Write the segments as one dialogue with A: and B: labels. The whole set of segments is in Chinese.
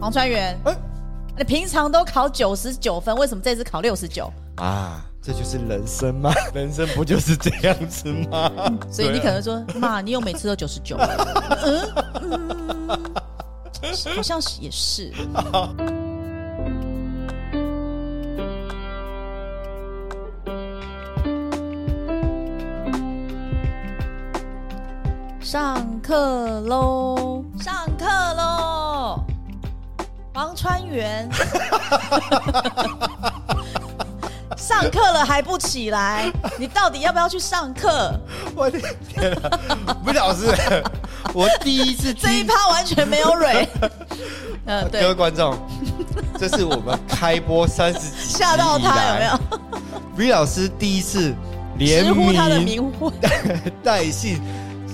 A: 黄川源，
B: 哎
A: 你平常都考九十九分，为什么这次考六十九？
B: 啊，这就是人生吗？ 人生不就是这样子吗？
A: 所以你
B: 对啊
A: 可能说，妈，你又每次都九十九，嗯嗯，好像是也是。上课喽！上课喽！王川源， 上课了还不起来，你到底要不要去上课？
B: 我的天啊！不是 老师，我第一次听
A: 这一趴完全没有 蕊。嗯，
B: 各位
A: 对，
B: 观众，这是我们开播三十几
A: 吓到他有没有？
B: 有？V 老师第一次
A: 直
B: 连
A: 呼
B: 名
A: 他的名 讳，
B: 带姓，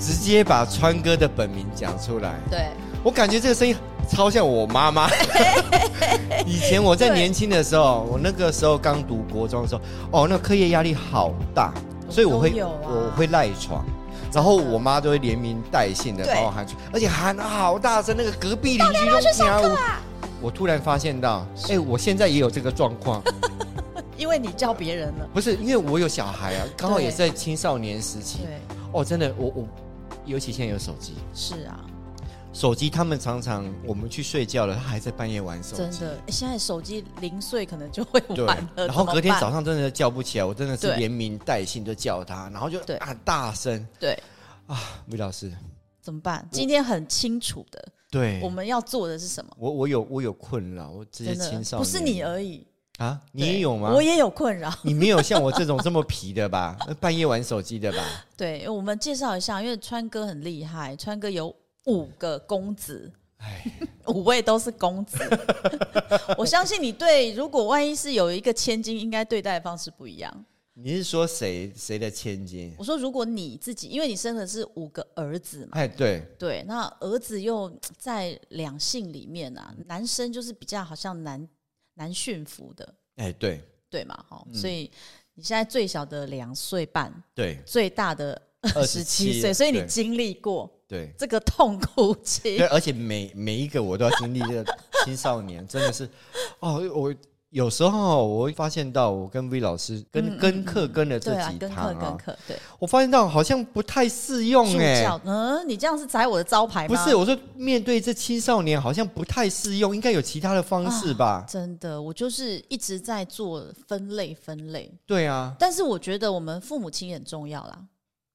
B: 直接把川哥的本名讲出来。
A: 对，
B: 我感觉这个声音超像我 妈妈。以前我在
A: 对
B: 年轻的时候，我那个时候刚读国中的时候，哦，那课业压力好大，所以我
A: 都
B: 会、
A: 有啊
B: 我会赖床。然后我妈都会连名带姓的
A: 对
B: 把我喊出，而且喊得好大声，那个隔壁邻居都听啊我。
A: 啊
B: 我突然发现到，哎、我现在也有这个状 况，
A: 因为你叫别人了，
B: 不是因为我有小孩啊，刚好
A: 对
B: 也是在青少年时期。
A: 对，
B: 哦，真的，我我，尤其现在有手机，
A: 是啊，
B: 手机他们常常我们去睡觉了，他还在半夜玩手
A: 真
B: 机。
A: 的，诶现在手机零碎可能就会
B: 对
A: 玩，了，
B: 然后
A: 怎么
B: 隔天
A: 办
B: 早上真的叫不起来，我真的是
A: 对
B: 连名带姓就叫他，然后就
A: 对
B: 啊大声
A: 对
B: 啊，魏老师，
A: 怎么办？今天很清楚的，
B: 对
A: 我们要做的是什么？
B: 我我有我有困扰，我这些
A: 真
B: 青
A: 的
B: 少年
A: 不是你而已，
B: 啊，你
A: 对
B: 也有吗
A: 我？也有困扰。
B: 你没有像我这种这么皮的吧？ 半夜玩手机的吧？
A: 对，我们介绍一下，因为川哥很厉害，川哥有五个公子，
B: 哎，
A: 五位都是公子。 我相信你对，如果万一是有一个千金，应该对待的方式不一样。
B: 你是说谁谁的千金？
A: 我说，如果你自己，因为你生的是五个儿子嘛，
B: 哎，对，
A: 对，那儿子又嘖在两性里面啊，男生就是比较好像难难驯服的，
B: 哎，对，
A: 对嘛？哈、所以你现在最小的两岁半，
B: 对，
A: 最大的十七
B: 27
A: 岁，所以你
B: 对
A: 经历过
B: 对，
A: 这个痛苦期
B: 对，，而且每每一个我都要经历这个青少年，真的是，哦，我有时候我会发现到，我跟 V 老师跟、跟课跟了这
A: 嗯对啊，
B: 几
A: 跟
B: 堂
A: 课
B: 啊，
A: 跟课，对，
B: 我发现到好像不太适用
A: 助
B: 哎、
A: 教，嗯，你这样是踩我的招牌
B: 不
A: 吗？
B: 是，我说面对这青少年好像不太适用，应该有其他的方式
A: 啊
B: 吧？
A: 真的，我就是一直在做分类分类，
B: 对啊，
A: 但是我觉得我们父母亲也很重要啦，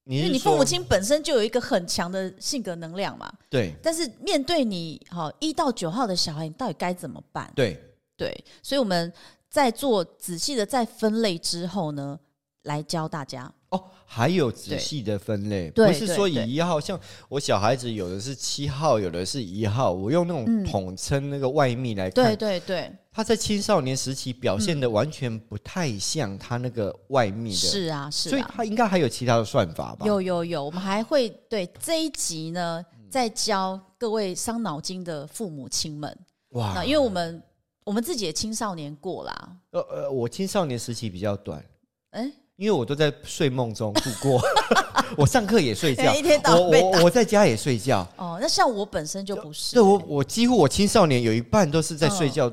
B: 你
A: 因
B: 是
A: 为你
B: 说
A: 父母亲本身就有一个很强的性格能量嘛。
B: 对
A: 但是面对你好一到九号的小孩，你到底该怎么办？
B: 对
A: 对，所以我们在做仔细的在分类之后呢，来教大家。
B: 哦，还有仔
A: 对
B: 细的分类，
A: 对
B: 不是说
A: 对对
B: 以一号，像我小孩子有的是七号，有的是一号，我用那种统称那个外密来看
A: 嗯对，对对，
B: 他在青少年时期表现的完全不太像他那个外密的，
A: 嗯是啊是
B: 所以
A: 啊，
B: 他应该还有其他的算法吧？
A: 有有有，我们还会对这一集呢，再教各位伤脑筋的父母亲们。那
B: 哇，
A: 因为我们我们自己也青少年过啦，
B: 呃呃，我青少年时期比较短，
A: 哎、
B: 因为我都在睡梦中度过， 我上课也 睡觉，
A: 一天到
B: 我
A: 晚被
B: 我我在家也睡觉，
A: 哦，那像我本身就不是、
B: 对我我几乎我青少年有一半都是在睡觉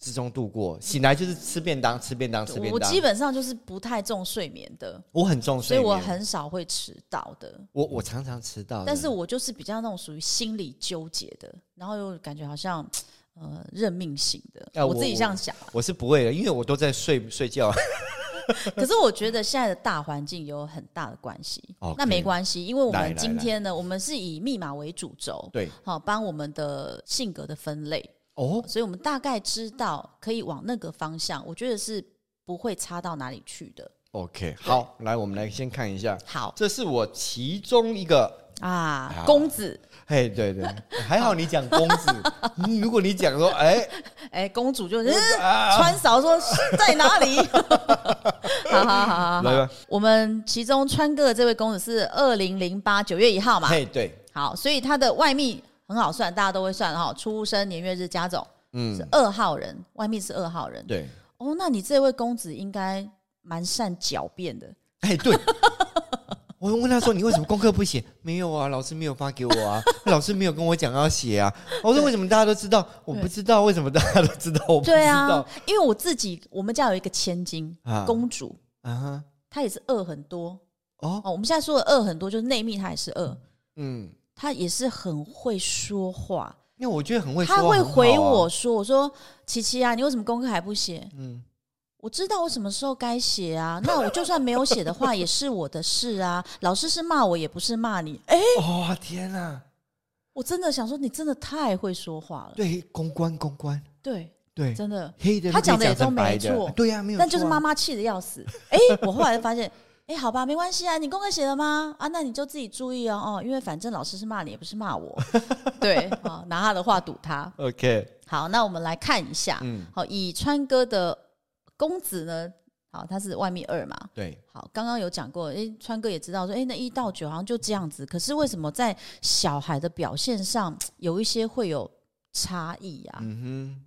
B: 之中度过，醒来就是吃便当，吃便当，
A: 嗯
B: 吃
A: 我
B: 便
A: 我
B: 当
A: 基，本上就是不太重睡眠的，
B: 我很重
A: 所
B: 睡
A: 以
B: 眠，
A: 我很少会迟到的。
B: 我我常常迟到的，
A: 但是我就是比较那种属于心理纠结的，然后又感觉好像呃任命型的，
B: 啊
A: 我自己
B: 我
A: 这样想。
B: 我是不会的，因为我都在睡睡 觉。
A: 可是我觉得现在的大环境有很大的关系
B: OK
A: 那没关系，因为我
B: 来来
A: 们今天呢，我们是以密码为主轴，
B: 对，
A: 好帮我们的性格的分类，
B: 哦，
A: 所以我们大概知道可以往那个方向，我觉得是不会差到哪里去的。
B: OK，好，来，我们来先看一下，
A: 好
B: 这是我其中一个。
A: 啊
B: 好，
A: 公子，
B: 嘿，对对，还好你讲公子， 嗯如果你讲说，哎，
A: 哎、公主就是、
B: 啊
A: 川嫂说在哪 里？好好好好
B: 来
A: 好，
B: 吧，
A: 我们其中川哥的这位公子是二零零八九月一号嘛？
B: 嘿，对，
A: 好，所以他的外密很好算，大家都会算哈，出生年月日加总
B: 嗯
A: 是，二号人，外密是二号人。
B: 对，
A: 哦，那你这位公子应该蛮善狡辩的，
B: 哎，对，我问他说：“你为什么功课不写？”没有啊，老师没有发给我 啊，老师没有跟我讲要写啊。我说：“为什么大家都知道？我不知道为什么大家都知道？我不知
A: 对
B: 道
A: 啊，因为我自己，我们家有一个千金、
B: 啊
A: 公主，
B: 啊哈
A: 她也是恶很多
B: 哦，
A: 哦。我们现在说的恶很多，就是内密，她也是恶，
B: 嗯，
A: 她也是很会说话。
B: 那我觉得很会说、
A: 她会
B: 很好啊
A: 回我，说：“我说琪琪啊，你为什么功课还不写？
B: 嗯，
A: 我知道我什么时候该写啊。那我就算没有写的话，也是我的事啊。老师是骂我，也不是骂你。哎、
B: 哇、天啊，
A: 我真的想说，你真的太会说话了。
B: 对，公关公关，
A: 对，
B: 对，
A: 真的。
B: 黑的
A: 他
B: 都可以
A: 讲的也
B: 成
A: 都没
B: 白的
A: 错
B: 对呀、没有错啊，
A: 但就是妈妈气的要死。哎、我后来就发现，哎、好吧，没关系啊，你功课写了吗？啊，那你就自己注意哦，哦，因为反正老师是骂你，也不是骂我。对，好，拿他的话堵他。
B: OK，
A: 好，那我们来看一下，
B: 嗯，
A: 好，以川哥的公子呢，好，他是外面二嘛。
B: 对，
A: 好，刚刚有讲过，哎、川哥也知道说，哎、那一到九好像就这样子。可是为什么在小孩的表现上有一些会有差异啊？
B: 嗯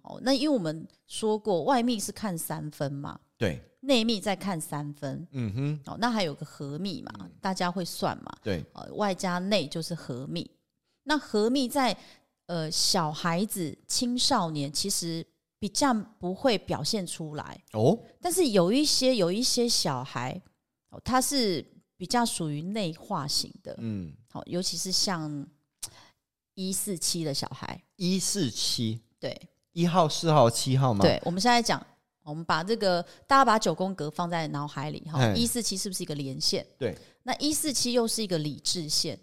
B: 哼，
A: 哦，那因为我们说过，外密是看三分嘛，
B: 对，
A: 内密再看三分。
B: 嗯哼，
A: 哦，那还有个合密嘛，大家会算嘛，
B: 对，
A: 呃，外加内就是合密。那合密在呃小孩子、青少年其实比较不会表现出来，
B: 哦，
A: 但是有一些有一些小孩，哦，他是比较属于内化型的，
B: 嗯，
A: 好、尤其是像一四七的小孩，
B: 一四七
A: 对，
B: 一号、四号、七号嘛，，
A: 对，我们现在讲，哦我们把这个大家把九宫格放在脑海里哈，
B: 哎
A: 一四七是不是一个连线？
B: 对，
A: 那一四七又是一个理智线。
B: 嗯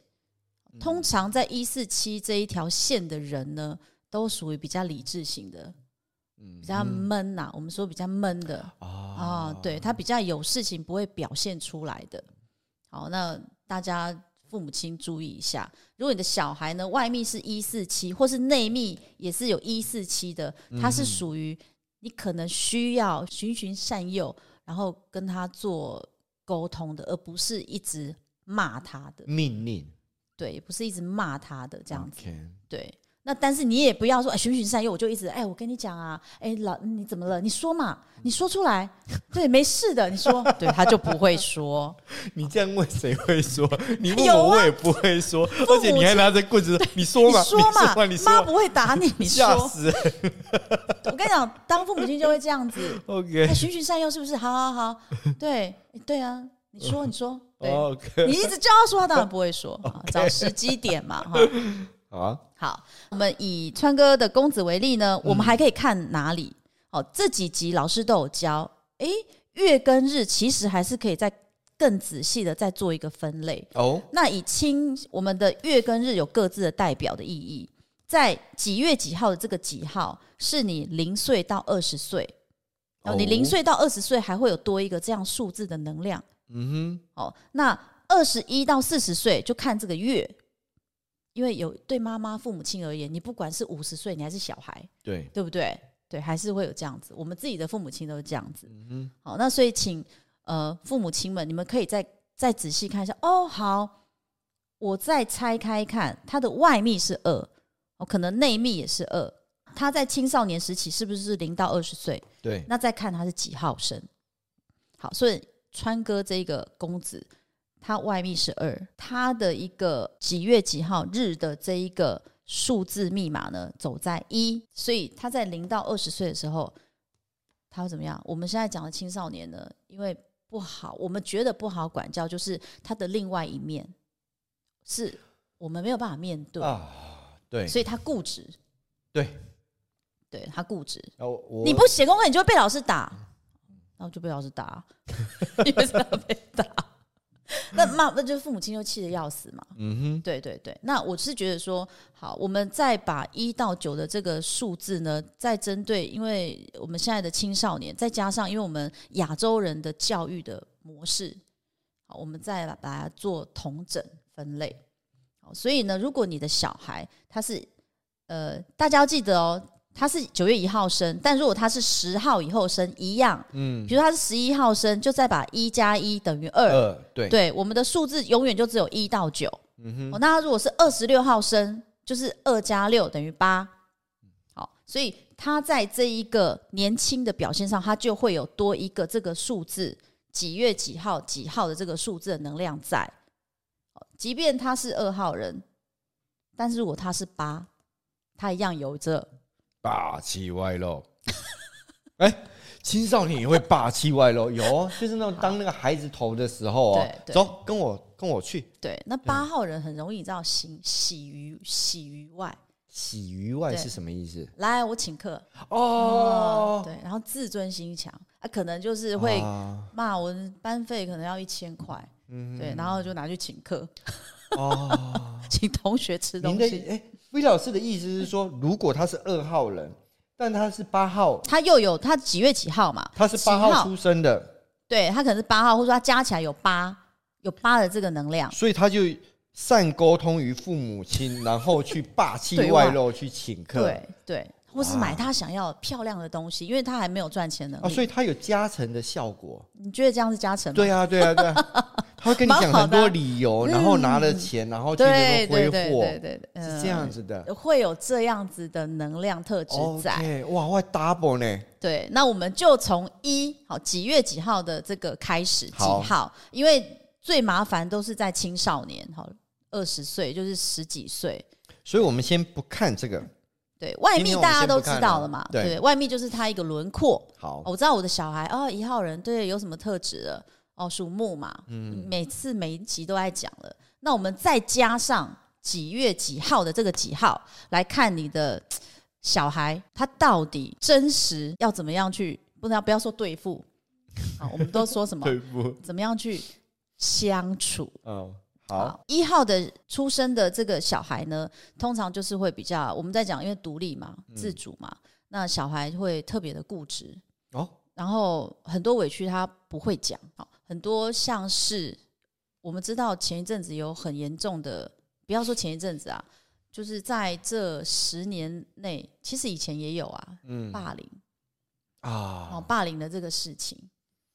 A: 通常在一四七这一条线的人呢，都属于比较理智型的，
B: 嗯
A: 比较闷呐、我们说比较闷的啊、
B: 啊，
A: 对他比较有事情不会表现出来的。好，那大家。父母亲注意一下，如果你的小孩呢外密是一四七，或是内密也是有一四七的，它是属于你可能需要循循善诱，然后跟他做沟通的，而不是一直骂他的，
B: 命令
A: 对，不是一直骂他的这
B: 这
A: 样子。
B: 子，
A: 对，那但是你也不要说哎循循善诱，我就一直哎，我跟你讲啊，哎老你怎么了？你说嘛，你说出来，对，没事的，你说， 对，他就不会说。
B: 你这样问谁会说？ 你问
A: 有啊
B: 我，我也不会说，而且你还拿着棍子， 你说
A: 你
B: 嘛，
A: 说嘛
B: 嘛，你，说
A: 妈
B: 嘛，
A: 不会打 你，你
B: 吓
A: 说。
B: 死人
A: 我跟你讲，当父母亲就会这 样子，哎，
B: ！OK，
A: 循循善诱是不是？好好好，对，对啊，你说，你说，对，
B: 哦 OK，
A: 你一直叫他 说，他当然不会说，啊找时机点嘛，哈。
B: 好啊，
A: 好，我们以川哥的公子为例呢，我们还可以看哪里？哦，这几集老师都有教。诶，月跟日其实还是可以再更仔细的再做一个分类。
B: 哦，
A: 那以清，我们的月跟日有各自的代表的意义。在几月几号的这个几号，是你零岁到二十岁。哦，你零，岁到二十岁还会有多一个这样数字的能量。
B: 嗯
A: 哦，那二十一到四十岁就看这个月，因为有对妈妈、父母亲而言，你不管是五十岁，你还是小孩
B: 哼，，对，
A: 对不对？对，还是会有这样子。我们自己的父母亲都是这样子。
B: 嗯哼，
A: 好，那所以请呃父母亲们，你们可以再再仔细看一下。哦，好，我再拆开看，它的外密是二，哦，可能内密也是二。他在青少年时期是不是零到二十岁？
B: 对，
A: 那再看他是几号生。好，所以川哥这个公子，他外密是二，他的一个几月几号日的这一个数字密码呢，走在一，所以他在零到二十岁的时候，他会怎么样？我们现在讲的青少年呢，因为不好，我们觉得不好管教，就是他的另外一面是我们没有办法面对，
B: 啊，对，
A: 所以他固执，
B: 对，
A: 对他固执，
B: 然后哦我
A: 你不写功课，你就会被老师打，然后就被老师打， 因为是他被打。 那妈，那就是父母亲就气得要死嘛。
B: 嗯
A: 对对对，那我是觉得说，好，我们再把一到九的这个数字呢，再针对，因为我们现在的青少年，再加上因为我们亚洲人的教育的模式，好，我们再把它做统整分类。好，所以呢，如果你的小孩他是呃，大家要记得哦，他是九月一号生，但如果他是十号以后生，一样，
B: 哼，嗯，
A: 比如他是十一号生，就再把一加一等于二。
B: 二，对，
A: 对，我们的数字永远就只有一到九。
B: 嗯哼，
A: 哦，那他如果是二十六号生，就是二加六等于八。好，所以他在这一个年轻的表现上，他就会有多一个这个数字，几月几号几号的这个数字的能量在。即便他是二号人，但是如果他是八，他一样有着
B: 霸气外露。哎、青少年也会霸气外露，有哦，就是那种当那个孩子头的时候哦
A: 对，对
B: 走，跟我跟我去，
A: 对。那八号人很容易你知道喜喜于喜于外，
B: 喜于外
A: 对
B: 是什么意思？
A: 来我请客
B: 哦，
A: 对，然后自尊心强啊，可能就是会
B: 啊
A: 骂我班费可能要一千块，
B: 嗯
A: 对，然后就拿去请客，
B: 哦。
A: 请同学吃
B: 您
A: 东
B: 的
A: 西。
B: 哎，魏老师的意思是说，如果他是二号人，但他是八号，
A: 他又有他几月几号嘛？
B: 他是
A: 几
B: 八号出生的，
A: 对他可能是八号，或者说他加起来有八，有八的这个能量。
B: 所以他就善沟通于父母亲，然后去霸气
A: 对
B: 外
A: 外
B: 露去请客。
A: 对对，或是买他想要漂亮的东西，因为他还没有赚钱能力。
B: 啊，所以它有加成的效果。
A: 你觉得这样是加成吗？
B: 对啊，对 啊，对啊，他会跟你
A: 嗯
B: 讲
A: 蛮好
B: 很多
A: 的
B: 理由，然后拿了钱，然后去
A: 对
B: 那个
A: 对对
B: 挥
A: 对
B: 霍，
A: 对对，
B: 是
A: 嗯
B: 这样子哦的。
A: 会有这样子的能量特质在。
B: OK，哇，我 double 呢？
A: 对，那我们就从一好几月几号的这个开始，几
B: 好
A: 号？因为最麻烦都是在青少年，好二十岁就是十几岁。
B: 所以我们先不看这个。
A: 对外
B: 今
A: 密
B: 天我们
A: 大家
B: 先
A: 都
B: 不
A: 知
B: 看
A: 道
B: 了
A: 了嘛，
B: 对
A: 对，外密就是它一个轮廓。
B: 好
A: 哦，我知道我的小孩哦，一号人对有什么特质了？哦，属木嘛，每次每一集都在讲了。那我们再加上几月几号的这个几号来看你的嘖小孩，他到底真实要怎么样去？不能不要说对付，啊好，我们都说什么？
B: 不？
A: 怎么样去相处？啊
B: 嗯，好，，
A: 一号的出生的这个小孩呢，通常就是会比较，我们在讲，因为独立嘛，自主嘛，那小孩会特别的固执，
B: 哦，
A: 然后很多委屈他不会讲，好，很多像是我们知道前一阵子有很严重的，不要说前一阵子啊，就是在这十年内，其实以前也有啊，
B: 嗯
A: 霸凌哦，
B: 啊，
A: 霸凌的这个事情，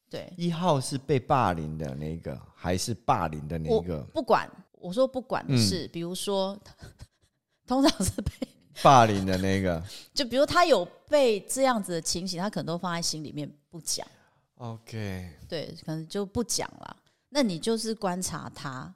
A: 对
B: 一号是被霸凌的那个，还是霸凌的那
A: 我
B: 个？
A: 不管，我说不管的
B: 嗯
A: 是，比如说， 通常是被。
B: 霸凌的 那个。
A: 就比如他有被这样子的情形，他可能都放在心里面不讲，
B: OK，
A: 对，可能就不讲了。那你就是观察他，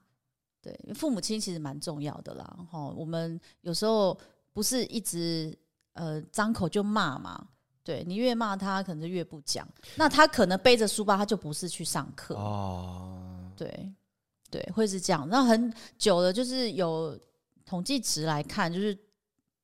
A: 对，父母亲其实蛮重要的啦。哈，我们有时候不是一直呃张口就骂嘛，对你越骂他，可能就越不讲。那他可能背着书包，他就不是去上课，
B: 哦，
A: 对对，会是这样。那很久了，就是有统计值来看，就是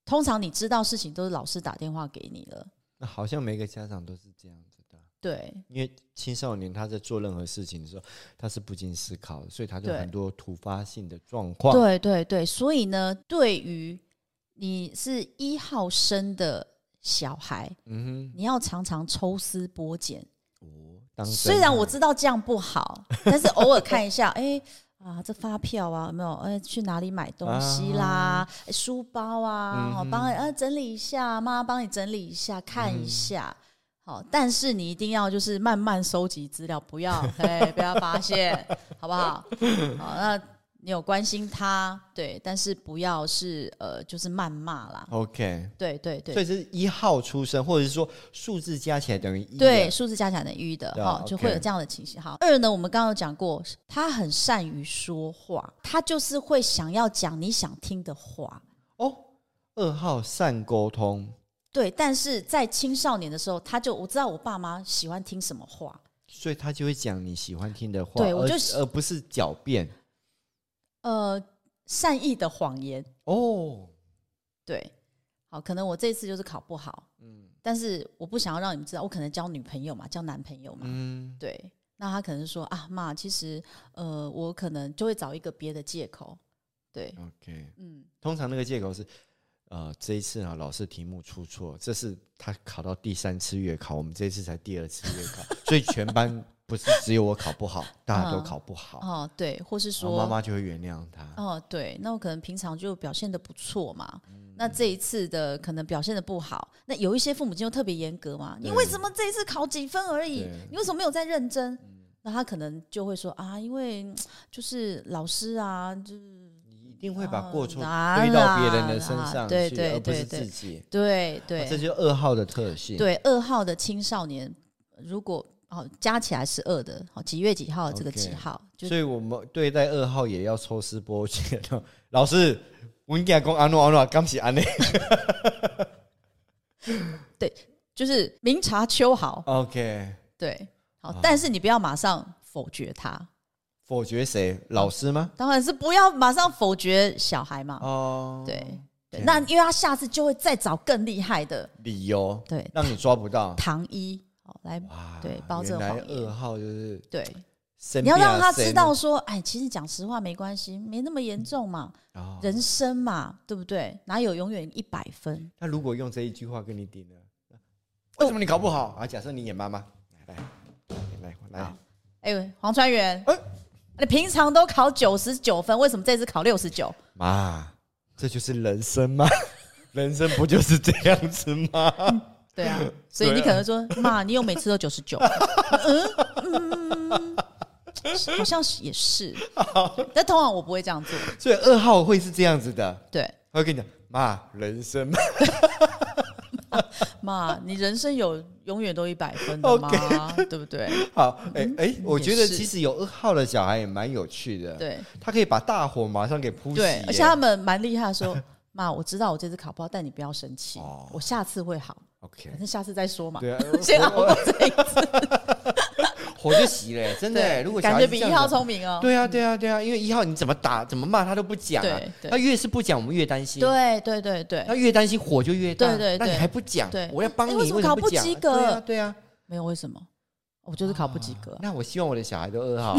A: 通常你知道事情都是老师打电话给你了。
B: 那好像每个家长都是这样子的。
A: 对，
B: 因为青少年他在做任何事情的时候，他是不经思考的，所以他就
A: 对
B: 很多突发性的状况。
A: 对对对，所以呢，对于你是一号生的小孩，
B: 嗯
A: 你要常常抽丝剥茧。
B: 哼，哦，当真
A: 虽然
B: 啊
A: 我知道这样不好， 但是偶尔看一下，哎、啊，这发票啊，有没有？哎、去哪里买东西啦？哎书包
B: 嗯
A: 啊，哦，帮、呃整理一下，妈妈帮你整理一下，看一下。好，但是你一定要就是慢慢收集资料，不 要哎，不要发现，好不好？好，那你有关心他，对，但是不要是呃，就是谩骂啦，
B: 哦 OK，
A: 对对
B: 所
A: 对
B: 以这是一号出生，或者是说数字加起来等于一。
A: 对，，数字加起来等于一的
B: 对
A: 哈
B: 啊，
A: 就
B: OK
A: 会有这样的情形。好，二呢，我们刚刚有讲过，他很善于说话，他就是会想要讲你想听的话，
B: 哦，二号善沟通，
A: 对。但是在青少年的时候，他就我知道我爸妈喜欢听什么话，
B: 所以他就会讲你喜欢听的话，
A: 对我
B: 而
A: 就是
B: 而不是狡辩。
A: 呃，善意的谎言，
B: 哦，
A: 对。好，可能我这次就是考不好，
B: 嗯
A: 嗯，但是我不想要让你们知道，我可能交女朋友嘛，交男朋友嘛，
B: 嗯，
A: 对，那他可能说啊妈，其实呃，我可能就会找一个别的借口，对，
B: OK，
A: 嗯，
B: 通常那个借口是，呃，这一次啊，老师题目出错，这是他考到第三次月考，我们这一次才第二次月 考，所以全班不是只有我考不好，大家都考不好，
A: 哦，对，或是
B: 然
A: 说
B: 后妈妈就会原谅他。
A: 哦，对，那我可能平常就表现的不错嘛，
B: 嗯
A: 那这一次的可能表现的不好，那有一些父母亲又特别严格嘛，你
B: 对
A: 为什么这一次考几分而已
B: 对？嗯
A: 你为什么没有在认真？那他可能就会说啊，因为嗯就是老师啊，就是
B: 你一定会把过错
A: 啊
B: 推到别
A: 啦
B: 人的身
A: 啦
B: 上去，
A: 对对
B: 而不是
A: 对对
B: 自己。啊哦
A: 对对、
B: 这就是二号的特性。
A: 对，二号的青少年，呃如果哦，加起来是二的，好，几月几号这个几
B: OK
A: 号就
B: 所以我们对待二号也要抽丝剥茧。老师，我跟你讲安诺安诺，刚是 安内。
A: 就是明察秋毫，
B: OK，
A: 对，好，
B: 啊
A: 但是你不要马上否决他，
B: 否决谁？老师吗？
A: 当然是不要马上否决小孩嘛，
B: 哦，
A: 对，对，
B: 天
A: 那因为他下次就会再找更厉害的，
B: 理由
A: 对，
B: 让你抓 不到。
A: 糖衣，好来，
B: 哇，
A: 对包这
B: 原
A: 个
B: 来
A: 谎言
B: 二号就是
A: 对，
B: 生
A: 你要
B: 病啊
A: 让他知
B: 生
A: 道说，哎，其实讲实话没关系，没那么严重嘛，
B: 哦
A: 人生嘛，对不对？哪有永远一百分？
B: 他如果用这一句话跟你顶呢？为什么你搞不好啊？假设你演妈妈，来来来来
A: 好，哎、黄川源，
B: 哎
A: 你平常都考九十九分，为什么这次考六十九？
B: 妈，这就是人生吗？ 人生不就是这样子吗？
A: 对啊，所以你可能说，妈，你又每次都九十九，嗯嗯，好像是也是，对但通常我不会这样做，
B: 所以二号会是这样子的，
A: 对。
B: 他会跟你讲妈，人生嘛，
A: 妈，你人生有永远都一百分的吗对不对？
B: 好，哎、哎、我觉得
A: 也是
B: 其实有二号的小孩也蛮有趣的，，
A: 对
B: 他可以把大火马上给扑熄耶，
A: 对，而且他们蛮厉害的说妈，我知道我这次考不好，但你不要生气，
B: 哦
A: 我下次会好，
B: OK，
A: 反正下次再说嘛。，
B: 对啊
A: 先熬
B: 火
A: 过这一次，
B: 火就熄了，真的耶。
A: 对
B: 如果小
A: 感
B: 孩
A: 觉
B: 子
A: 比
B: 这
A: 一
B: 样
A: 号
B: 子
A: 聪明哦。
B: 对啊，对啊，对啊，因为一号你怎么打怎么骂他都不讲啊
A: 对，对
B: 他越是不讲，我们越担心。
A: 对对对对
B: 那越担心火就越大，
A: 对对
B: 那你
A: 对
B: 还不讲？
A: 对
B: 我要帮你，
A: 哎为什么
B: 为什
A: 考
B: 么
A: 不
B: 讲
A: 及格
B: 对啊，对啊，
A: 没有为什么。我就是考不及格
B: 啊，那我希望我的小孩都 二号。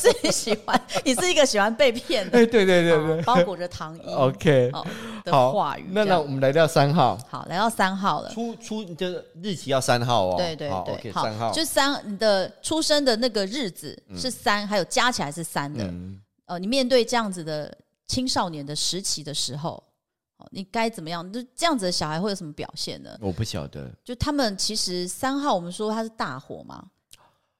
A: 是你喜欢，你是一个喜欢被骗的，
B: 哎，对对对
A: 啊
B: 对
A: 包裹着糖衣
B: ，OK，
A: 哦的
B: 好
A: 话语。
B: 那
A: 这
B: 那
A: 样
B: 我们来到三号，
A: 好，来到三号了。
B: 出出就是日期要三号哦，
A: 对对
B: 好
A: 对，
B: ，OK，三号，
A: 就三，你的出生的那个日子是三，还有加起来是三的。
B: 嗯
A: 呃，你面对这样子的青少年的时期的时候，哦，你该怎么样？就这样子的小孩会有什么表现呢？
B: 我不晓得，
A: 就他们其实三号，我们说他是大火嘛，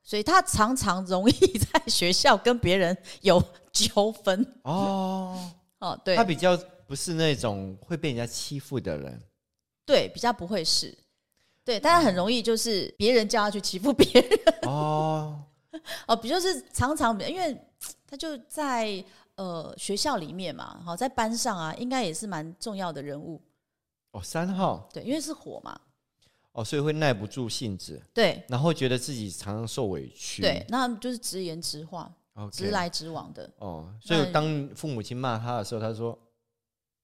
A: 所以他常常容易 在学校跟别人有纠纷。
B: 哦，
A: 哦，对
B: 他比较不是那种会被人家欺负的人，
A: 对，比较不会是。对，但
B: 嗯
A: 他很容易就是别人叫他去欺负别人。
B: 哦，
A: 哦，比就是常常，因为他就在呃学校里面嘛，好、在班上啊，应该也是蛮重要的人物，
B: 哦，三号，
A: 对，因为是火嘛，
B: 哦，所以会耐不住性子，
A: 对
B: 然后觉得自己常常受委屈，
A: 对，那他们就是直言直话、直
B: ，OK，
A: 来直往的，
B: 哦，所
A: 那
B: 以当父母亲骂他的时候，他说：“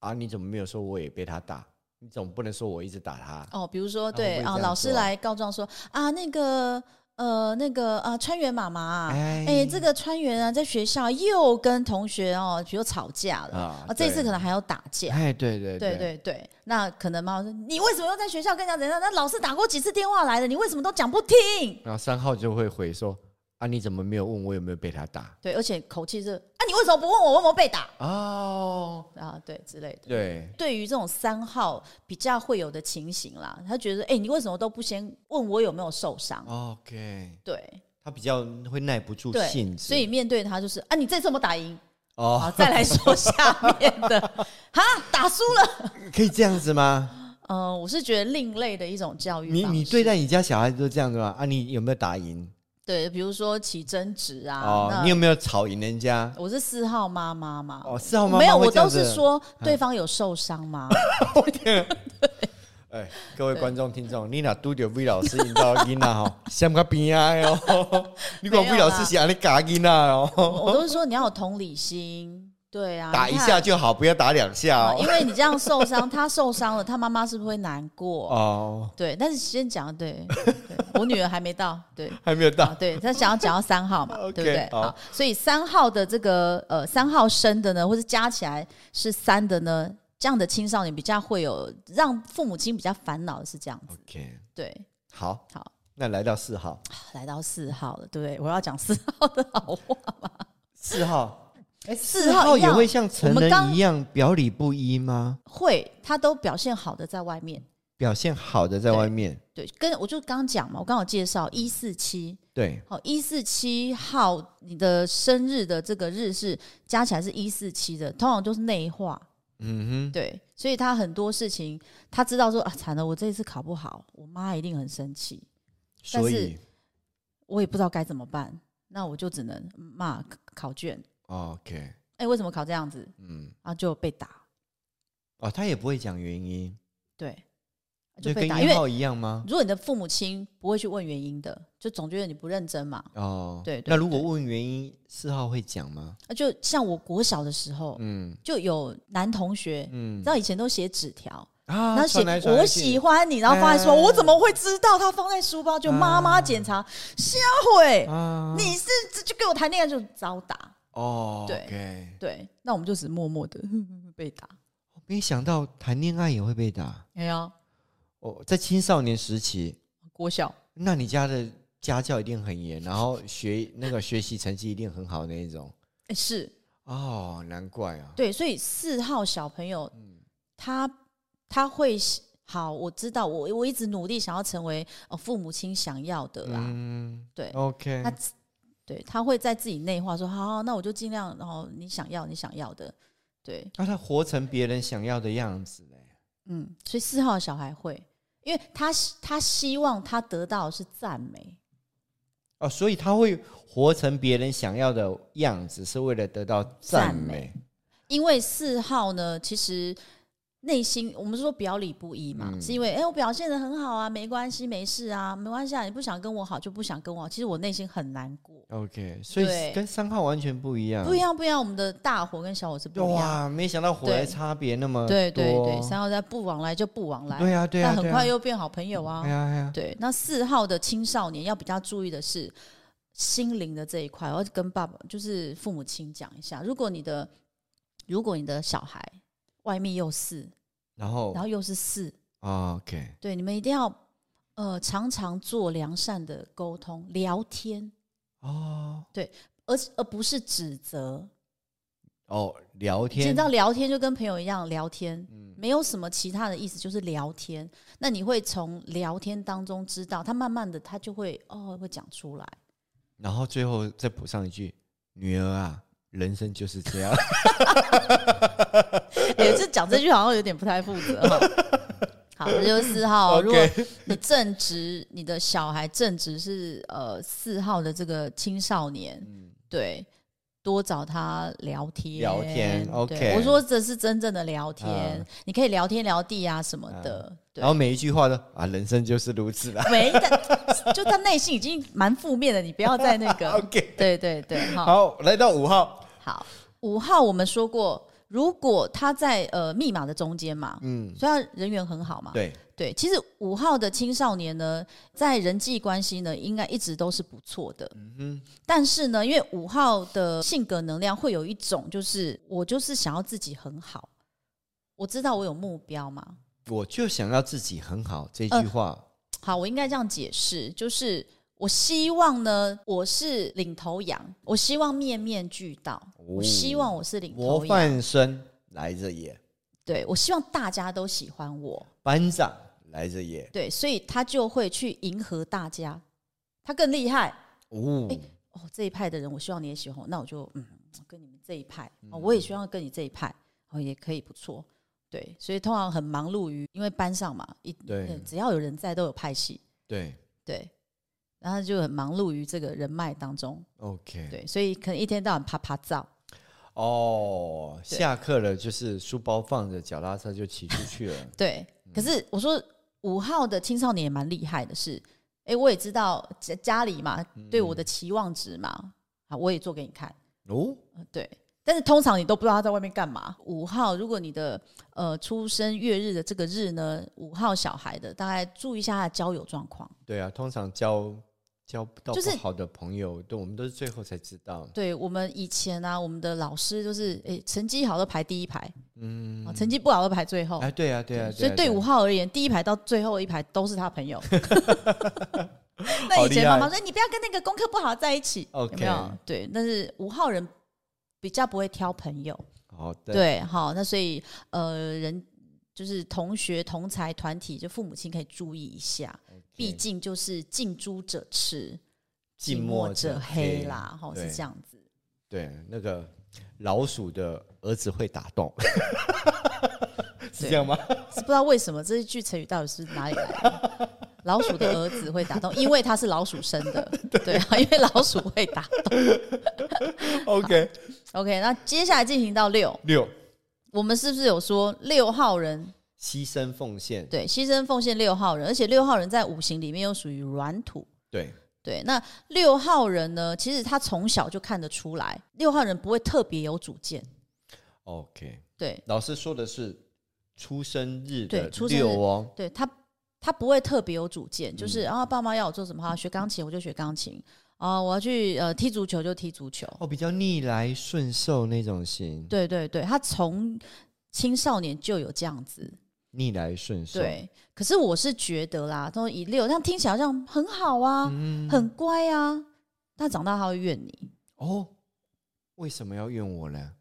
B: 啊，你怎么没有说我也被他打？你总不能说我一直打他。
A: 哦，比如说
B: 啊我
A: 对
B: 会
A: 啊，
B: 这样
A: 老师
B: 做
A: 来告状说啊，那个呃那个啊，川原妈妈啊、
B: 哎
A: 哎、这个川原啊，在学校又跟同学哦，比如吵架了
B: 啊
A: 啊，这次
B: 对
A: 可能还要打架。
B: 哎，对对
A: 对对对，那可能妈妈说你为什么又在学校跟人家怎样？那老师打过几次电话来了，你为什么都讲不听？
B: 然后三号就会回说：“啊，你怎么没有问我有没有被他打
A: 对，而且口气是啊，你为什么不问我我有没有被打？”
B: 哦，
A: 啊？对之类的。
B: 对，
A: 对于这种三号比较会有的情形啦，他觉得哎、你为什么都不先问我有没有受伤？
B: 哦，OK，
A: 对
B: 他比较会耐不住性
A: 对，
B: 子，
A: 所以面对他就是啊，你这次有没有打赢？
B: 哦，
A: 好，再来说下面的 哈，打输了。
B: 可以这样子吗？
A: 嗯、我是觉得另类的一种教育
B: 你
A: 方
B: 你
A: 式
B: 对待你家小孩子都这样子吗？啊，你有没有打赢？
A: 对，比如说起争执啊，
B: 哦，
A: 那
B: 你有没有吵赢人家？
A: 我是四号妈妈嘛，
B: 哦，四号妈妈
A: 没有，
B: 会
A: 我
B: 这样
A: 都
B: 子嗯
A: 是说对方有受伤吗？
B: 哎，各位观众听众，你若拄着魏老师引导囡仔 吼，先个边仔的哦。你讲魏老师是安尼教囡仔哦，
A: 我都是说你要有同理心，对啊，
B: 打
A: 你
B: 一
A: 看
B: 下就好，不要打两下
A: 啊，
B: 哦。
A: 因为你这样受伤，他受伤了，他妈妈是不是会难过？
B: 哦，
A: 对，但是先讲对，对我女儿还没到， 对。
B: 还没有
A: 啊
B: 到，
A: 对他想要讲到三 号嘛，对
B: OK，
A: 不对？
B: 好
A: 好，所以三号的这个呃三号生的呢，或是加起来是三的呢，这样的青少年比较会有让父母亲比较烦恼的是这样子，
B: OK，
A: 对。
B: 好，
A: 好，
B: 那来到四号，
A: 来到四号了，对不对？我要讲四号的好话。
B: 四号，
A: 哎，四
B: 四号
A: 一
B: 也
A: 样
B: 会像成
A: 我们
B: 人
A: 刚
B: 一样表里不一吗？
A: 会，他都表现好的在外面。
B: 表现好的在外面，
A: 对，跟我就刚讲嘛，我刚好介绍一四七，
B: 对，
A: 好，一四七号你的生日的这个日是加起来是一四七的，通常都是内化，
B: 嗯
A: 对，所以他很多事情他知道说啊，惨了，我这一次考不好，我妈一定很生气。
B: 哼，所以
A: 我也不知道该怎么办，那我就只能骂考卷。
B: 哦 OK，
A: 哎、为什么考这样子？
B: 嗯，
A: 然后就被打，
B: 哦，他也不会讲原因，
A: 对，就
B: 就
A: 被
B: 跟
A: 打。因为
B: 一号一样吗？
A: 如果你的父母亲不会去问原因的，就总觉得你不认真嘛。
B: 哦，
A: 对对
B: 那如果
A: 对
B: 问原因，四号会讲吗？
A: 啊就像我国小的时候，
B: 嗯
A: 就有男同学，你
B: 嗯
A: 知，道以前都写纸条，
B: 啊
A: 然后写
B: 传来传来
A: 我
B: 去
A: 喜欢你，然后放在书包，
B: 哎
A: 我怎么会知道他放在书包？就妈妈检查，瞎毁，
B: 啊，
A: 你是这就跟我谈恋爱就遭打。
B: 哦，
A: 对
B: OK
A: 对，那我们就只默默的 被打。
B: 没想到谈恋爱也会被打。
A: 哎呀，
B: 哦，在青少年时期，
A: 国小
B: 那你家的家教一定很严，然后学那个学习成绩一定很好那一种。
A: 哎是
B: 哦，难怪啊。
A: 对，所以四号小朋友，
B: 嗯
A: 他他会是好，我知道，我我一直努力想要成为呃父母亲想要的啦。
B: 嗯，
A: 对
B: ，OK，
A: 他自对他会在自己内化说，好好，那我就尽量，然后你想要你想要的，对，
B: 那他活成别人想要的样子嘞。
A: 嗯，所以四号的小孩会，因为他希他希望他得到的是赞美，
B: 哦，所以他会活成别人想要的样子，是为了得到赞
A: 赞
B: 美。
A: 因为四号呢，其实内心我们说表里不一嘛，
B: 嗯
A: 是因为哎、诶我表现的很好啊，没关系，没事啊，没关系啊，你不想跟我好就不想跟我好，其实我内心很难过。
B: OK，所以
A: 对
B: 跟三号完全不一样。
A: 不一样，不一样，我们的大火跟小火是不一样。
B: 哇，没想到火
A: 对
B: 来差别那啊么多。
A: 对对对，三号在不往来就不往来，
B: 对啊对啊，
A: 但很
B: 对啊
A: 快又变好朋友啊。
B: 哎呀哎呀，
A: 对，那四号的青少年要比较注意的是心灵的这一块，我要跟爸爸就是父母亲讲一下，如果你的如果你的小孩外面又四，
B: 然后
A: 然后又是四，
B: 哦 OK，
A: 对，你们一定要呃常常做良善的沟通聊天，
B: 哦
A: 而而不是指责。
B: 哦，聊
A: 你知
B: 天
A: 道聊天就跟朋友一样聊天，没有什么其他的意思，就是聊天。那你会从聊天当中知道，他慢慢的他就会哦会讲出来。
B: 然后最后再补上一句：“女儿啊，人生就是这样。
A: 也是讲这句好像有点不太负责 哈。 好，这就是四号哦。如果
B: OK
A: 你正值你的小孩正值是呃四号的这个青少年，
B: 嗯
A: 对，多找他聊天，
B: 聊天
A: 对
B: OK
A: 我说这是真正的聊天
B: 嗯，
A: 你可以聊天聊地啊什么的，”对
B: 然。后每一句话都啊，人生就是如此啦。
A: 没，但就他内心已经蛮负面的，你不要再那个。
B: OK，
A: 对对对，好，
B: 好，来到五号，
A: 好，五号我们说过，如果他在呃密码的中间嘛，
B: 嗯，
A: 所以他人缘很好嘛，
B: 对，
A: 对，其实五号的青少年呢，在人际关系呢，应该一直都是不错的。
B: 嗯哼
A: 但是呢，因为五号的性格能量会有一种，就是我就是想要自己很好，我知道我有目标嘛。
B: 我就想要自己很好这
A: 嗯
B: 句话，
A: 好，我应该这样解释，就是我希望呢，我是领头羊，我希望面面俱到，我希望我是领
B: 哦模
A: 头羊，
B: 范生来着也，
A: 对我希望大家都喜欢我。
B: 班长来着也，
A: 对，所以他就会去迎合大家，他更厉害。
B: 哦，
A: 哦，这一派的人，我希望你也喜欢我，那我就嗯，跟你们这一派、哦，我也希望跟你这一派，哦，也可以不错。对，所以通常很忙碌于，因为班上嘛，一呃
B: 对
A: 只要有人在都有派系，
B: 对
A: 对，然后就很忙碌于这个人脉当中，
B: ，OK，
A: 对，所以可能一天到晚啪啪照，
B: 哦，
A: 对。
B: 下课了就是书包放着，脚踏车就骑出去了
A: 对。可是我说五号的青少年也蛮厉害的是，哎，我也知道家家里嘛对我的期望值嘛，啊，我也做给你看。
B: 哦，
A: 对，但是通常你都不知道他在外面干嘛。五号，如果你的呃出生月日的这个日呢，五号小孩的，大概注意一下他的交友状况。
B: 对啊，通常交交到
A: 就是
B: 不好的朋友，对我们都是最后才知道。
A: 对我们以前啊，我们的老师就是，诶、成绩好的排第一排，
B: 嗯，
A: 啊，成绩不好的排最后。
B: 哎，对啊，对啊，
A: 所以
B: 啊
A: 对
B: 啊
A: 五号而言，第一排到最后一排都是他朋 友。那
B: 好
A: 以前
B: 厉
A: 妈
B: 害
A: 妈说哎你不要跟那个功课不好在一起
B: OK
A: 有没有？对，但是五号人比较不会挑朋友。
B: 好的，
A: 对，好，那所以呃，人就是同学同才团体，就父母亲可以注意一下，毕竟就是近朱者赤，
B: 近
A: 墨
B: 墨
A: 者黑
B: 黑
A: 啦，哈，是
B: 对
A: 这样子。
B: 对，那个老鼠的儿子会打洞， 是这样吗？
A: 是不知道为什么这一句成语到底是哪里来的？老鼠的儿子会打洞，因为它是老鼠生的，对啊，因为老鼠会打洞。
B: OK，
A: OK，那接下来进行到六，
B: 六
A: 我们是不是有说六号人
B: 牺牲奉献，
A: 对牺牲奉献六号人，而且六号人在五行里面又属于软土。
B: 对
A: 对，那六号人呢？其实他从小就看得出来，六号人不会特别有主见。
B: ，OK，
A: 对
B: 老师说的是出生日的
A: 对出生日
B: 六哦，
A: 对，他他不会特别有主见，就是、啊，爸妈要我做什么，好学钢琴我就学钢琴，啊、我要去呃踢足球就踢足球。
B: 哦，比较逆来顺受那种型，
A: 对对对，他从青少年就有这样子。
B: 逆来顺受，
A: 对，可是我是觉得啦，都以六，这样听起来好像很好啊，
B: 嗯
A: 很乖啊。但长大他会怨你，
B: 哦，为什么要怨我呢？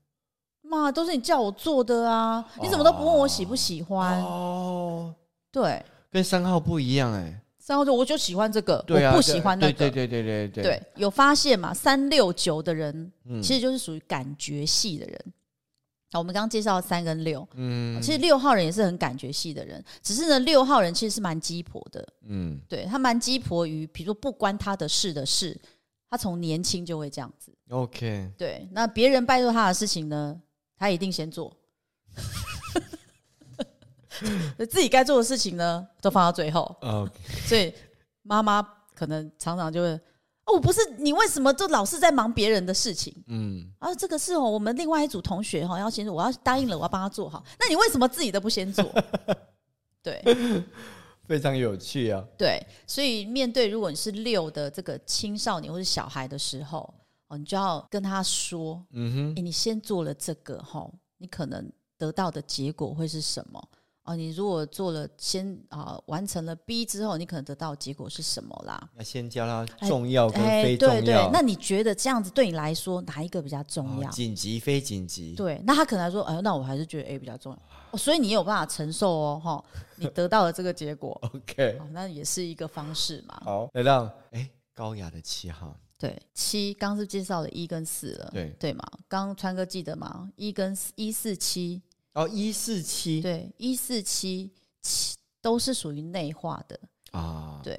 A: 妈，都是你叫我做的啊，你怎么都不问我喜不喜欢？
B: 哦，
A: 对，
B: 跟三号不一样哎，
A: 三号就我就喜欢这个，
B: 对啊，
A: 我不喜欢那个。
B: 对对对对对
A: 对，有发现嘛？三六九的人、
B: 嗯
A: 其实就是属于感觉系的人。好，我们刚刚介绍了三跟六、
B: 嗯
A: 其实六号人也是很感觉系的人，只是呢，六号人其实是蛮鸡婆的，
B: 嗯，
A: 对他蛮鸡婆于，比如说不关他的事的事，他从年轻就会这样子。
B: OK，
A: 对，那别人拜托他的事情呢，他一定先做。 自己该做的事情呢，都放到最后。
B: 哦，
A: 所以妈妈可能常常就会，哦，我不是你为什么就老是在忙别人的事情？
B: 嗯，
A: 啊，这个是哦，我们另外一组同学哈、要先，我要答应了，我要帮他做好。那你为什么自己都不先做？对
B: 非常有趣啊，
A: 对，所以面对如果你是六的这个青少年或是小孩的时候，哦，你就要跟他说，哎
B: 嗯哼，
A: 诶，你先做了这个哈、吼你可能得到的结果会是什么？哦，你如果做了先啊、完成了 B 之后，你可能得到的结果是什么啦？
B: 要先教他重要跟
A: 哎，
B: 哦非重
A: 对对
B: 要，，
A: 那你觉得这样子对你来说哪一个比较重
B: 哦
A: 要？
B: 紧急非紧急，，
A: 对，那他可能还说，哎，那我还是觉得 A 比较重要。哦、所以你也有办法承受哦，哈，你得到了这个结果
B: ，OK，
A: 哦、那也是一个方式嘛。
B: 好，来让哎高雅的七号，
A: 对，七刚是介绍了一跟四了，
B: 对
A: 对嘛？刚川哥记得吗？一跟四一四七，
B: 哦一四七
A: 对，一四七七都是属于内化的，
B: 啊，
A: 对，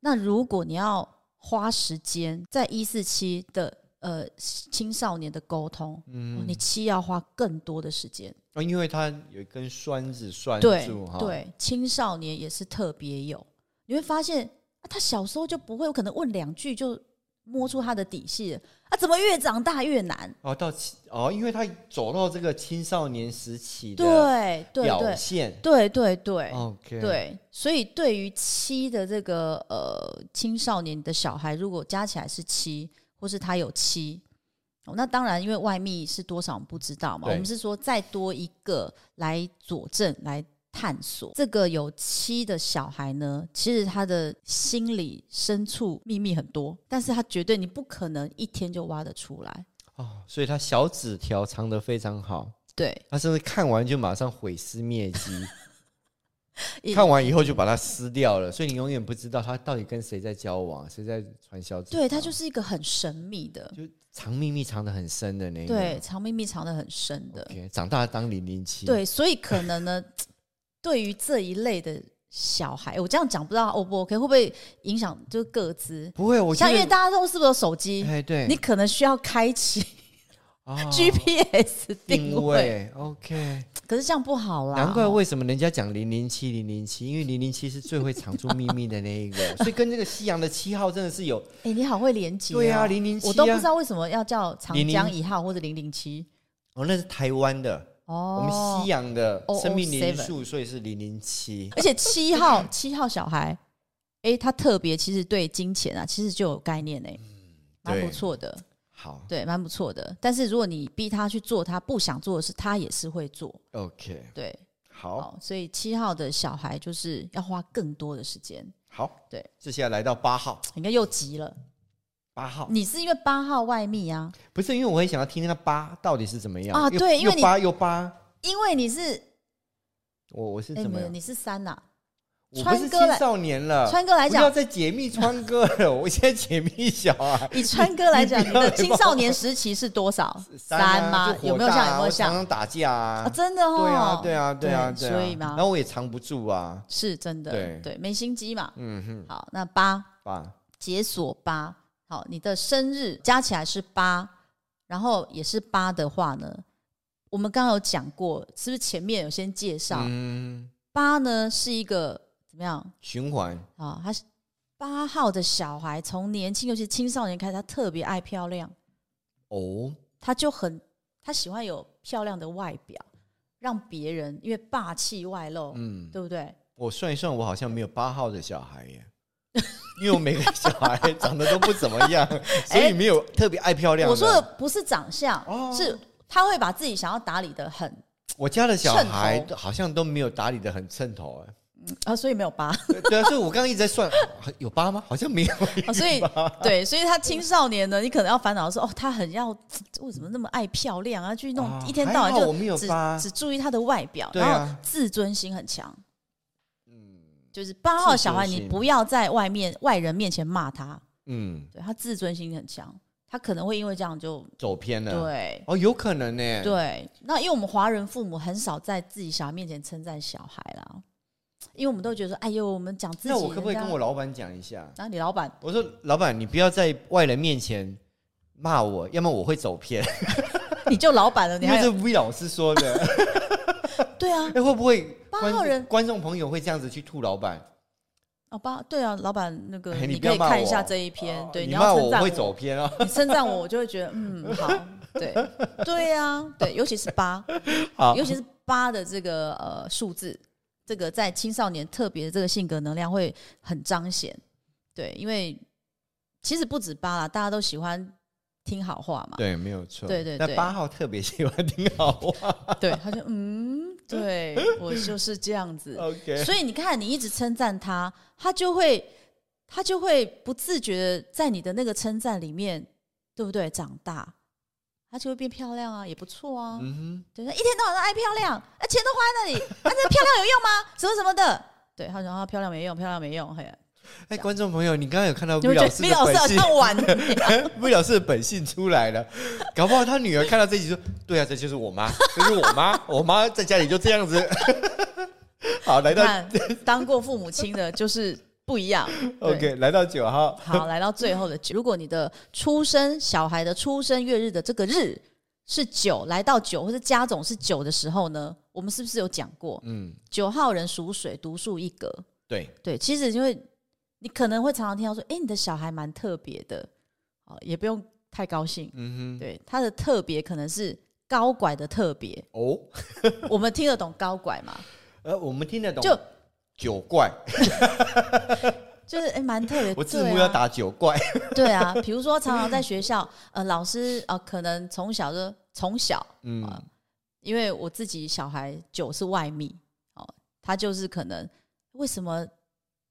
A: 那如果你要花时间在一四七的呃青少年的沟通，
B: 嗯
A: 哦你七要花更多的时间。
B: 哦，因为他有一根栓子栓
A: 对
B: 住哈，，
A: 对，青少年也是特别有，你会发现、啊、他小时候就不会，我可能问两句就摸出他的底细了啊，怎么越长大越难？
B: 哦到七哦，因为他走到这个青少年时期的
A: 对对
B: 表
A: 对
B: 现哦
A: 对对对。
B: ，OK，，
A: 对，所以对于七的这个呃青少年的小孩，如果加起来是七，或是他有七，哦，那当然因为外密是多少我们不知道嘛，
B: 对
A: 我们是说再多一个来佐证来。探索这个有七的小孩呢，其实他的心理深处秘密很多，但是他绝对你不可能一天就挖得出来。
B: 哦，所以他小纸条藏得非常好，
A: 对，
B: 他甚至看完就马上毁尸 灭迹
A: 一。
B: 看完以后就把它撕掉了，所以你永远不知道他到底跟谁在交往，谁在传销。
A: 对，他就是一个很神秘的，
B: 就藏秘密藏得很深的那一个。
A: 对，藏秘密藏得很深的。
B: OK，长大当零零七。，
A: 对，所以可能呢，对于这一类的小孩，我这样讲不知道 O 不 OK，会不会影响就是各自？
B: 不会，我觉
A: 像因为
B: 得
A: 大家都是不是有手机，
B: 哎，对，
A: 你可能需要开启
B: 啊
A: GPS 定
B: 定
A: 位，
B: 位 OK，
A: 可是这样不好啦。
B: 难怪为什么人家讲零零七零零七，因为零零七是最会藏住秘密的那一个，所以跟这个西洋的七号真的是 有
A: 哎、你好会连接、哦
B: 对啊，零零七
A: 我都不知道为什么要叫长
B: 007
A: 江一号或者零零七
B: 哦，那是台湾的，我们
A: 哦
B: 西。洋的
A: 哦
B: 生命灵数，所以是零零七。
A: 而且七号七号小孩，哎、他特别其实对金钱啊，其实就有概念呢、欸蛮不
B: 嗯对
A: 错的。
B: 好
A: 对，蛮不错的。但是如果你逼他去做他不想做的事，他也是会做。
B: ，OK，
A: 对，
B: 好
A: 好，所以七号的小孩就是要花更多的时间。
B: 好，
A: 对，
B: 接下来来到八号，
A: 你看又急了，
B: 八号
A: 你是因为八号外密啊，
B: 不是因为我很想要听听那八到底是怎么样
A: 啊对因为
B: 又
A: 你
B: 八又八，
A: 因为你是
B: 我我是
A: 哎
B: 怎么
A: 没有，
B: 样？
A: 你是三呐、
B: 我不是
A: 川哥
B: 青
A: 来
B: 少年了，
A: 川哥来
B: 呃不要
A: 讲，
B: 再解密川哥了， 我现在解密小孩。
A: 以川哥来讲，
B: 你
A: 你
B: 不要
A: 的
B: 来
A: 青
B: 帮
A: 少年时期是多 少？
B: 啊
A: 吗？
B: 就火
A: 有没有
B: 大
A: 像
B: 啊
A: 有没
B: 我
A: 有
B: 常
A: 像？
B: 常打架
A: 啊，
B: 啊？
A: 真的哦，
B: 对啊，对啊，对啊，对啊。
A: 所以嘛
B: 然，后我也藏不住啊。
A: 是真的，
B: 对
A: 对，没心机嘛。
B: 嗯哼，
A: 好，那八
B: 爸，
A: 解锁八，好，你的生日加起来是八，然后也是八的话呢，我们刚刚有讲过，是不是前面有先介绍
B: 嗯，
A: 八、呢是一个怎么样
B: 循环，
A: 啊？他是八号的小孩，从年轻，尤其青少年开始，他特别爱漂亮，
B: 哦，
A: 他就很他喜欢有漂亮的外表，让别人因为霸气外露，
B: 嗯，
A: 对不对？
B: 我算一算，我好像没有八号的小孩耶， 因为我每个小孩长得都不怎么 样，所以没有特别爱漂亮。
A: 哎我说的，不是长相，
B: 哦
A: 是他会把自己想要打理的很
B: 我家的小孩
A: 衬头
B: 好像都没有打理的很称头，哎，
A: 啊，所以没有疤、
B: 对 对啊，所以我刚刚一直在算， 有八吗？好像没有。
A: 啊，所以对，所以他青少年呢，你可能要烦恼说，哦，他很要为什么那么爱漂亮啊，去弄、
B: 啊
A: 一天到晚
B: 还好我们有
A: 就只
B: 疤
A: 只注意他的外表，
B: 对啊嗯
A: 然后自尊心很强。就是八
B: 自
A: 号
B: 尊
A: 小孩，你
B: 心
A: 不要在外面外人面前骂他，
B: 嗯，
A: 对他自尊心很强，他可能会因为这样就
B: 走偏了。，
A: 对
B: 哦，有可能呢。，
A: 对，啊那因为我们华人父母很少在自己小孩面前称赞小孩啦，因为我们都觉得说，哎呦，我们讲自己
B: 那
A: 人家，
B: 我可不可以跟我老板讲一下？
A: 啊，你老板
B: 我说，老板，你不要在外人面前骂我， 要么我会走偏，
A: 你就老板了，你
B: 因为
A: 还
B: 这 V 老师说 的。
A: 对啊，
B: 哎，会不会
A: 八
B: 观
A: 号人
B: 观众朋友会这样子去吐老板？
A: 哦，爸，对啊，老板那个
B: 哎你
A: 你
B: 不
A: 可
B: 要
A: 以
B: 骂
A: 看一
B: 我哦
A: 下这一篇，对，
B: 你骂
A: 要
B: 我
A: 称赞
B: 我会走偏 啊。
A: 你称赞我，我就会觉得嗯好，对对啊，对，尤其是八，
B: 好
A: 尤其是八的这个呃数字，这个在青少年特别的这个性格能量会很彰显，对，因为其实不止八啦，大家都喜欢听好话嘛，
B: 对，没有错。
A: 对对
B: 那
A: 对
B: 八号特别喜欢听好话。
A: 对，他就嗯，对我就是这样子，
B: OK，
A: 所以你看，你一直称赞他，他就会他就会不自觉的在你的那个称赞里面，对不对？长大，他就会变漂亮啊，也不错啊。
B: 嗯
A: 对，一天到晚都爱漂亮，啊，钱都花在那里，啊，那漂亮有用吗？ 什么什么的。对，他说啊，漂亮没用，漂亮没用，嘿，
B: 哼，哎，观众朋友，你刚刚有看到
A: 你们
B: V
A: 觉
B: 老
A: 得
B: 师
A: 李老
B: 的
A: 师好
B: 本性
A: 像玩
B: ，V 老师的本性出来了，搞不好他女儿看到这集说：“对啊，这就是我妈，这就是我妈，我妈在家里就这样子。” 好， 来
A: 你
B: 到
A: 看，当过父母亲的就是不一样。对
B: OK，来到九号，
A: 好，来到最后的九，如果你的出生小孩的出生月日的这个日是九，来到九或者加总是九的时候呢，我们是不是有讲过
B: 嗯，
A: 九号人属水，独树一格？
B: 对，
A: 对，其实因为你可能会常常听到说，诶，你的小孩蛮特别的，哦，也不用太高兴。
B: 嗯哼，
A: 对，他的特别可能是高拐的特别，
B: 哦，
A: 我们听得懂高拐嘛？
B: 呃，我们听得懂，
A: 就
B: 九怪，
A: 就是诶，蛮特别。
B: 我字
A: 对
B: 幕
A: 啊
B: 要打九怪，
A: 对啊，比如说常常在学校，呃，老师呃，可能从小就从小，
B: 嗯，
A: 啊因为我自己小孩酒是外泌哦，他就是可能为什么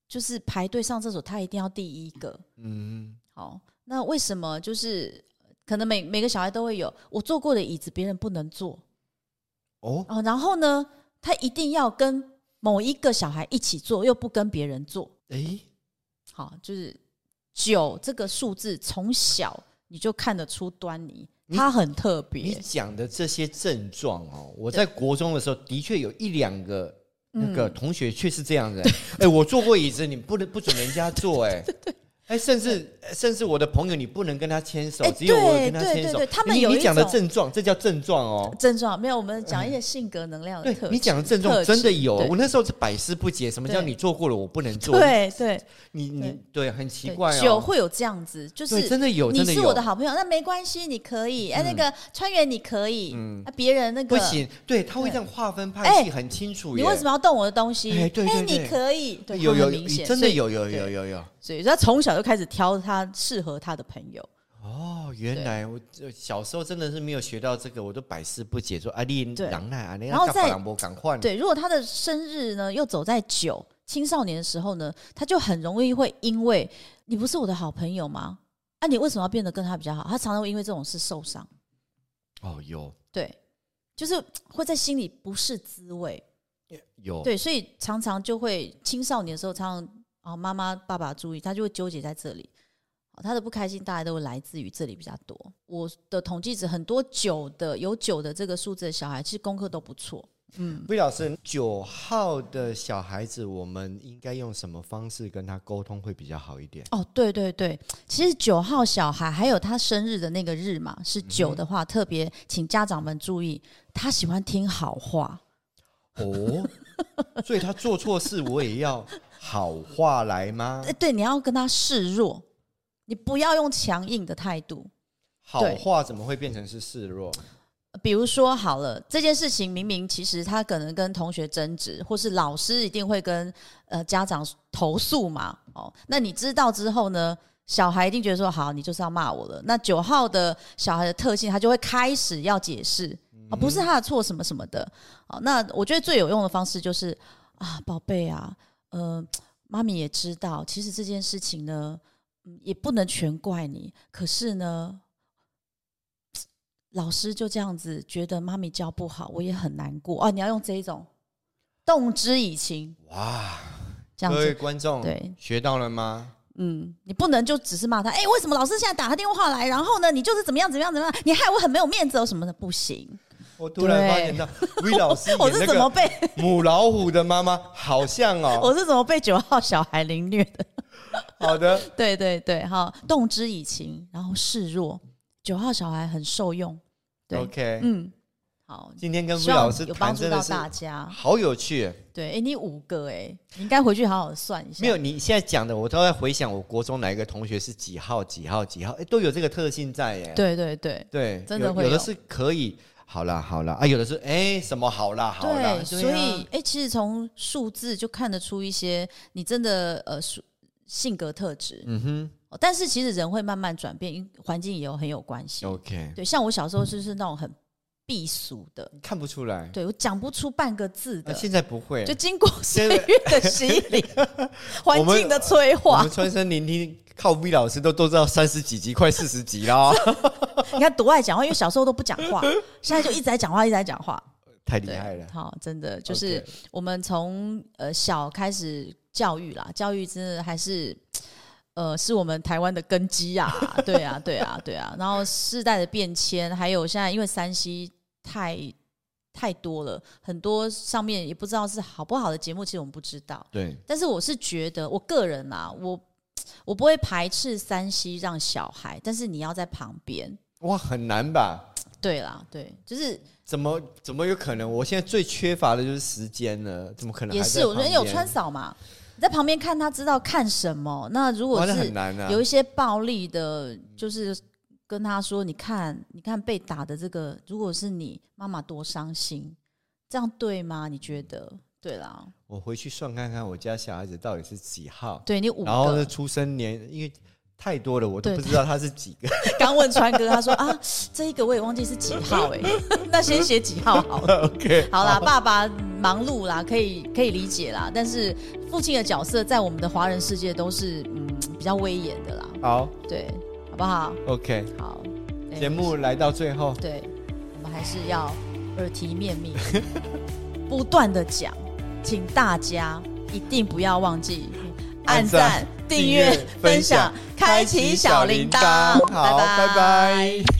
A: 就是排队上厕所，他一定要第一个，
B: 嗯，
A: 哦，那为什么就是可能每每个小孩都会有我坐过的椅子别人不能坐
B: 哦，
A: 哦，然后呢，他一定要跟某一个小孩一起坐，又不跟别人坐，
B: 诶，
A: 好，就是九这个数字从小你就看得出端倪，它很特
B: 你
A: 别。
B: 讲的这些症状哦，我在国中的时候的确有一两个
A: 嗯
B: 那个同学却是这样的、哎、我坐过椅子，你不能不准人家坐、 哎，哎、甚至甚至我的朋友，你不能跟他牵手，
A: 哎
B: 只有我
A: 对
B: 跟他
A: 对
B: 牵
A: 对
B: 手。哎
A: 对他们
B: 你
A: 有
B: 你
A: 一
B: 讲的
A: 种
B: 症状，这叫症状哦。
A: 症状没有，我们讲一些性格能量的
B: 对
A: 特质。
B: 你讲的症状
A: 特质
B: 真的有，
A: 对
B: 我那时候是百思不解，什么叫
A: 对
B: 你做过了我不能 做？，
A: 对对
B: 你你对，很奇
A: 对，
B: 怪
A: 酒
B: 哦。
A: 会有这样子，就
B: 对，真
A: 是
B: 的有，
A: 你
B: 真的
A: 是
B: 有。嗯
A: 我的好朋友，那没关系，你可以。哎，那个川原你可以，啊，别人那个
B: 不，行，对，他会这样划分派
A: 哎
B: 系，很清楚耶。
A: 你为什么要动我的东西？
B: 哎对对
A: 哎，
B: 对
A: 你可以，对，
B: 有
A: 他
B: 有
A: 很明显，
B: 真
A: 所
B: 的
A: 以，
B: 有有有
A: 对
B: 有有。
A: 所以他从小就开始挑他适合他的朋友。
B: 哦，原
A: 对
B: 来我这小时候真的是没有学到这个，我都百思不解，说啊，你
A: 对
B: 狼来啊，你
A: 然后再
B: 博赶快，
A: 对，如果他的生日呢又走在九青少年的时候呢，他就很容易会因为你不是我的好朋友吗？啊，你为什么要变得跟他比较好？他常常会因为这种事受伤，
B: 哦，有
A: 对，就是会在心里不是滋味。
B: 有
A: 对，所以常常就会青少年的时候，常常啊妈妈爸爸注意，他就会纠结在这里。哦他的不开心大概都会来自于这里比较多。我的统计值很多九的有九的这个数字的小孩，其实功课都不错。
B: 魏老师，九号的小孩子，我们应该用什么方式跟他沟通会比较好一点？
A: 哦，对对对，其实九号小孩还有他生日的那个日嘛，是九的话，特别请家长们注意，他喜欢听好话。
B: 哦， 所以他做错事，我也要好话来吗
A: 哎，？对，你要跟他示弱，你不要用强硬的态度。
B: 好话怎么会变成是示弱？
A: 比如说好了，这件事情明明其实他可能跟同学争执，或是老师一定会跟呃家长投诉嘛。哦，那你知道之后呢，小孩一定觉得说好，你就是要骂我了。那九号的小孩的特性，他就会开始要解释啊、不是他的错什么什么的。哦，那我觉得最有用的方式就是啊，宝贝啊，呃，妈咪也知道，其实这件事情呢，嗯也不能全怪你，可是呢，老师就这样子觉得妈咪教不好，我也很难过啊。你要用这一种动之以情，
B: 哇，
A: 这样
B: 各位
A: 子
B: 观众，
A: 对，
B: 学到了吗？
A: 嗯，你不能就只是骂他，哎、为什么老师现在打他电话来，然后呢，你就是怎么样怎么样怎么样，你害我很没有面子哦什么的，不行，
B: 我突然发现到魏老师 演
A: 我是
B: 那
A: 怎么
B: 个
A: 被、
B: 母老虎的妈妈，好像 哦。
A: 我是怎么被九号小孩凌虐 的？
B: 好的，
A: 对对对，哈，动之以情，然后示弱，九号小孩很受用，对
B: OK，
A: 嗯，好，
B: 今天跟魏
A: 希望
B: 老师
A: 有
B: 谈
A: 帮助
B: 真的
A: 到
B: 是
A: 大家。
B: 好有趣。
A: 对，哎，你五个哎，你应该回去好好算一下。
B: 没有，你现在讲的，我都在回想我国中哪一个同学是几号几号几号，哎，都有这个特性在耶。
A: 对对对
B: 对，
A: 真的
B: 有
A: 会
B: 有的
A: 有
B: 是可以，好啦好啦啊，有的是哎什么好啦好啦，
A: 对，所
B: 对啊
A: 以哎，其实从数字就看得出一些你真的呃数性格特质。
B: 嗯哼
A: 哦但是其实人会慢慢转变，因环境也有很有关系。
B: ，OK，
A: 对，像我小时候就是那种很避俗的，
B: 看不出来，
A: 对我讲不出半个字
B: 啊
A: 的。
B: 现在不会
A: 就，经过岁
B: 在
A: 月的洗礼， 环境的催
B: 我
A: 化
B: 们，穿山聆听靠 V 老师都都知道三十几集快四十集哦啦，
A: 你看多爱讲话，因为小时候都不讲话，现在就一直在讲话，一直在讲话，
B: 太厉
A: 对
B: 害了，
A: 好，真的就是
B: OK
A: 我们从呃小开始教育啦，教育真的还是。呃，是我们台湾的根基啊，对啊，对啊，对啊。然后世代的变迁，还有现在因为山西太太多了，很多上面也不知道是好不好的节目，其实我们不知道。
B: 对，
A: 但是我是觉得，我个人啊，我我不会排斥山西让小孩，但是你要在旁边。
B: 哇，很难吧？
A: 对啦，对，就是
B: 怎么怎么有可能？我现在最缺乏的就是时间了，怎么可能还
A: 也
B: 在旁
A: 是，
B: 边？
A: 我觉得有穿嫂嘛，你在旁边看他知道看什么。那如果
B: 哇，那很
A: 是
B: 难啊，
A: 有一些暴力的，就是跟他说，你看，你看被打的这个，如果是你妈妈多伤心，这样对吗？你觉得？对啦，
B: 我回去算看看我家小孩子到底是几号，
A: 对你五
B: 然后
A: 个
B: 呢，出生年，因为太多了，我都
A: 对
B: 不知道他是几个。
A: 刚问川哥，他说啊，这一个我也忘记是几号哎、 那先写几号好了。
B: OK，
A: 好啦，爸爸忙碌啦，可以可以理解啦。但是父亲的角色在我们的华人世界都是嗯比较威严的啦，
B: 好
A: 对，好不好？
B: ，OK，
A: 好，哎
B: 节目来到最后，
A: 对，我们还是要耳提面命， 不断的讲，请大家一定不要忘记按
B: 按赞
A: 赞、订阅
B: 订阅、
A: 分享
B: 分享、
A: 开启小铃铛。
B: 好，拜拜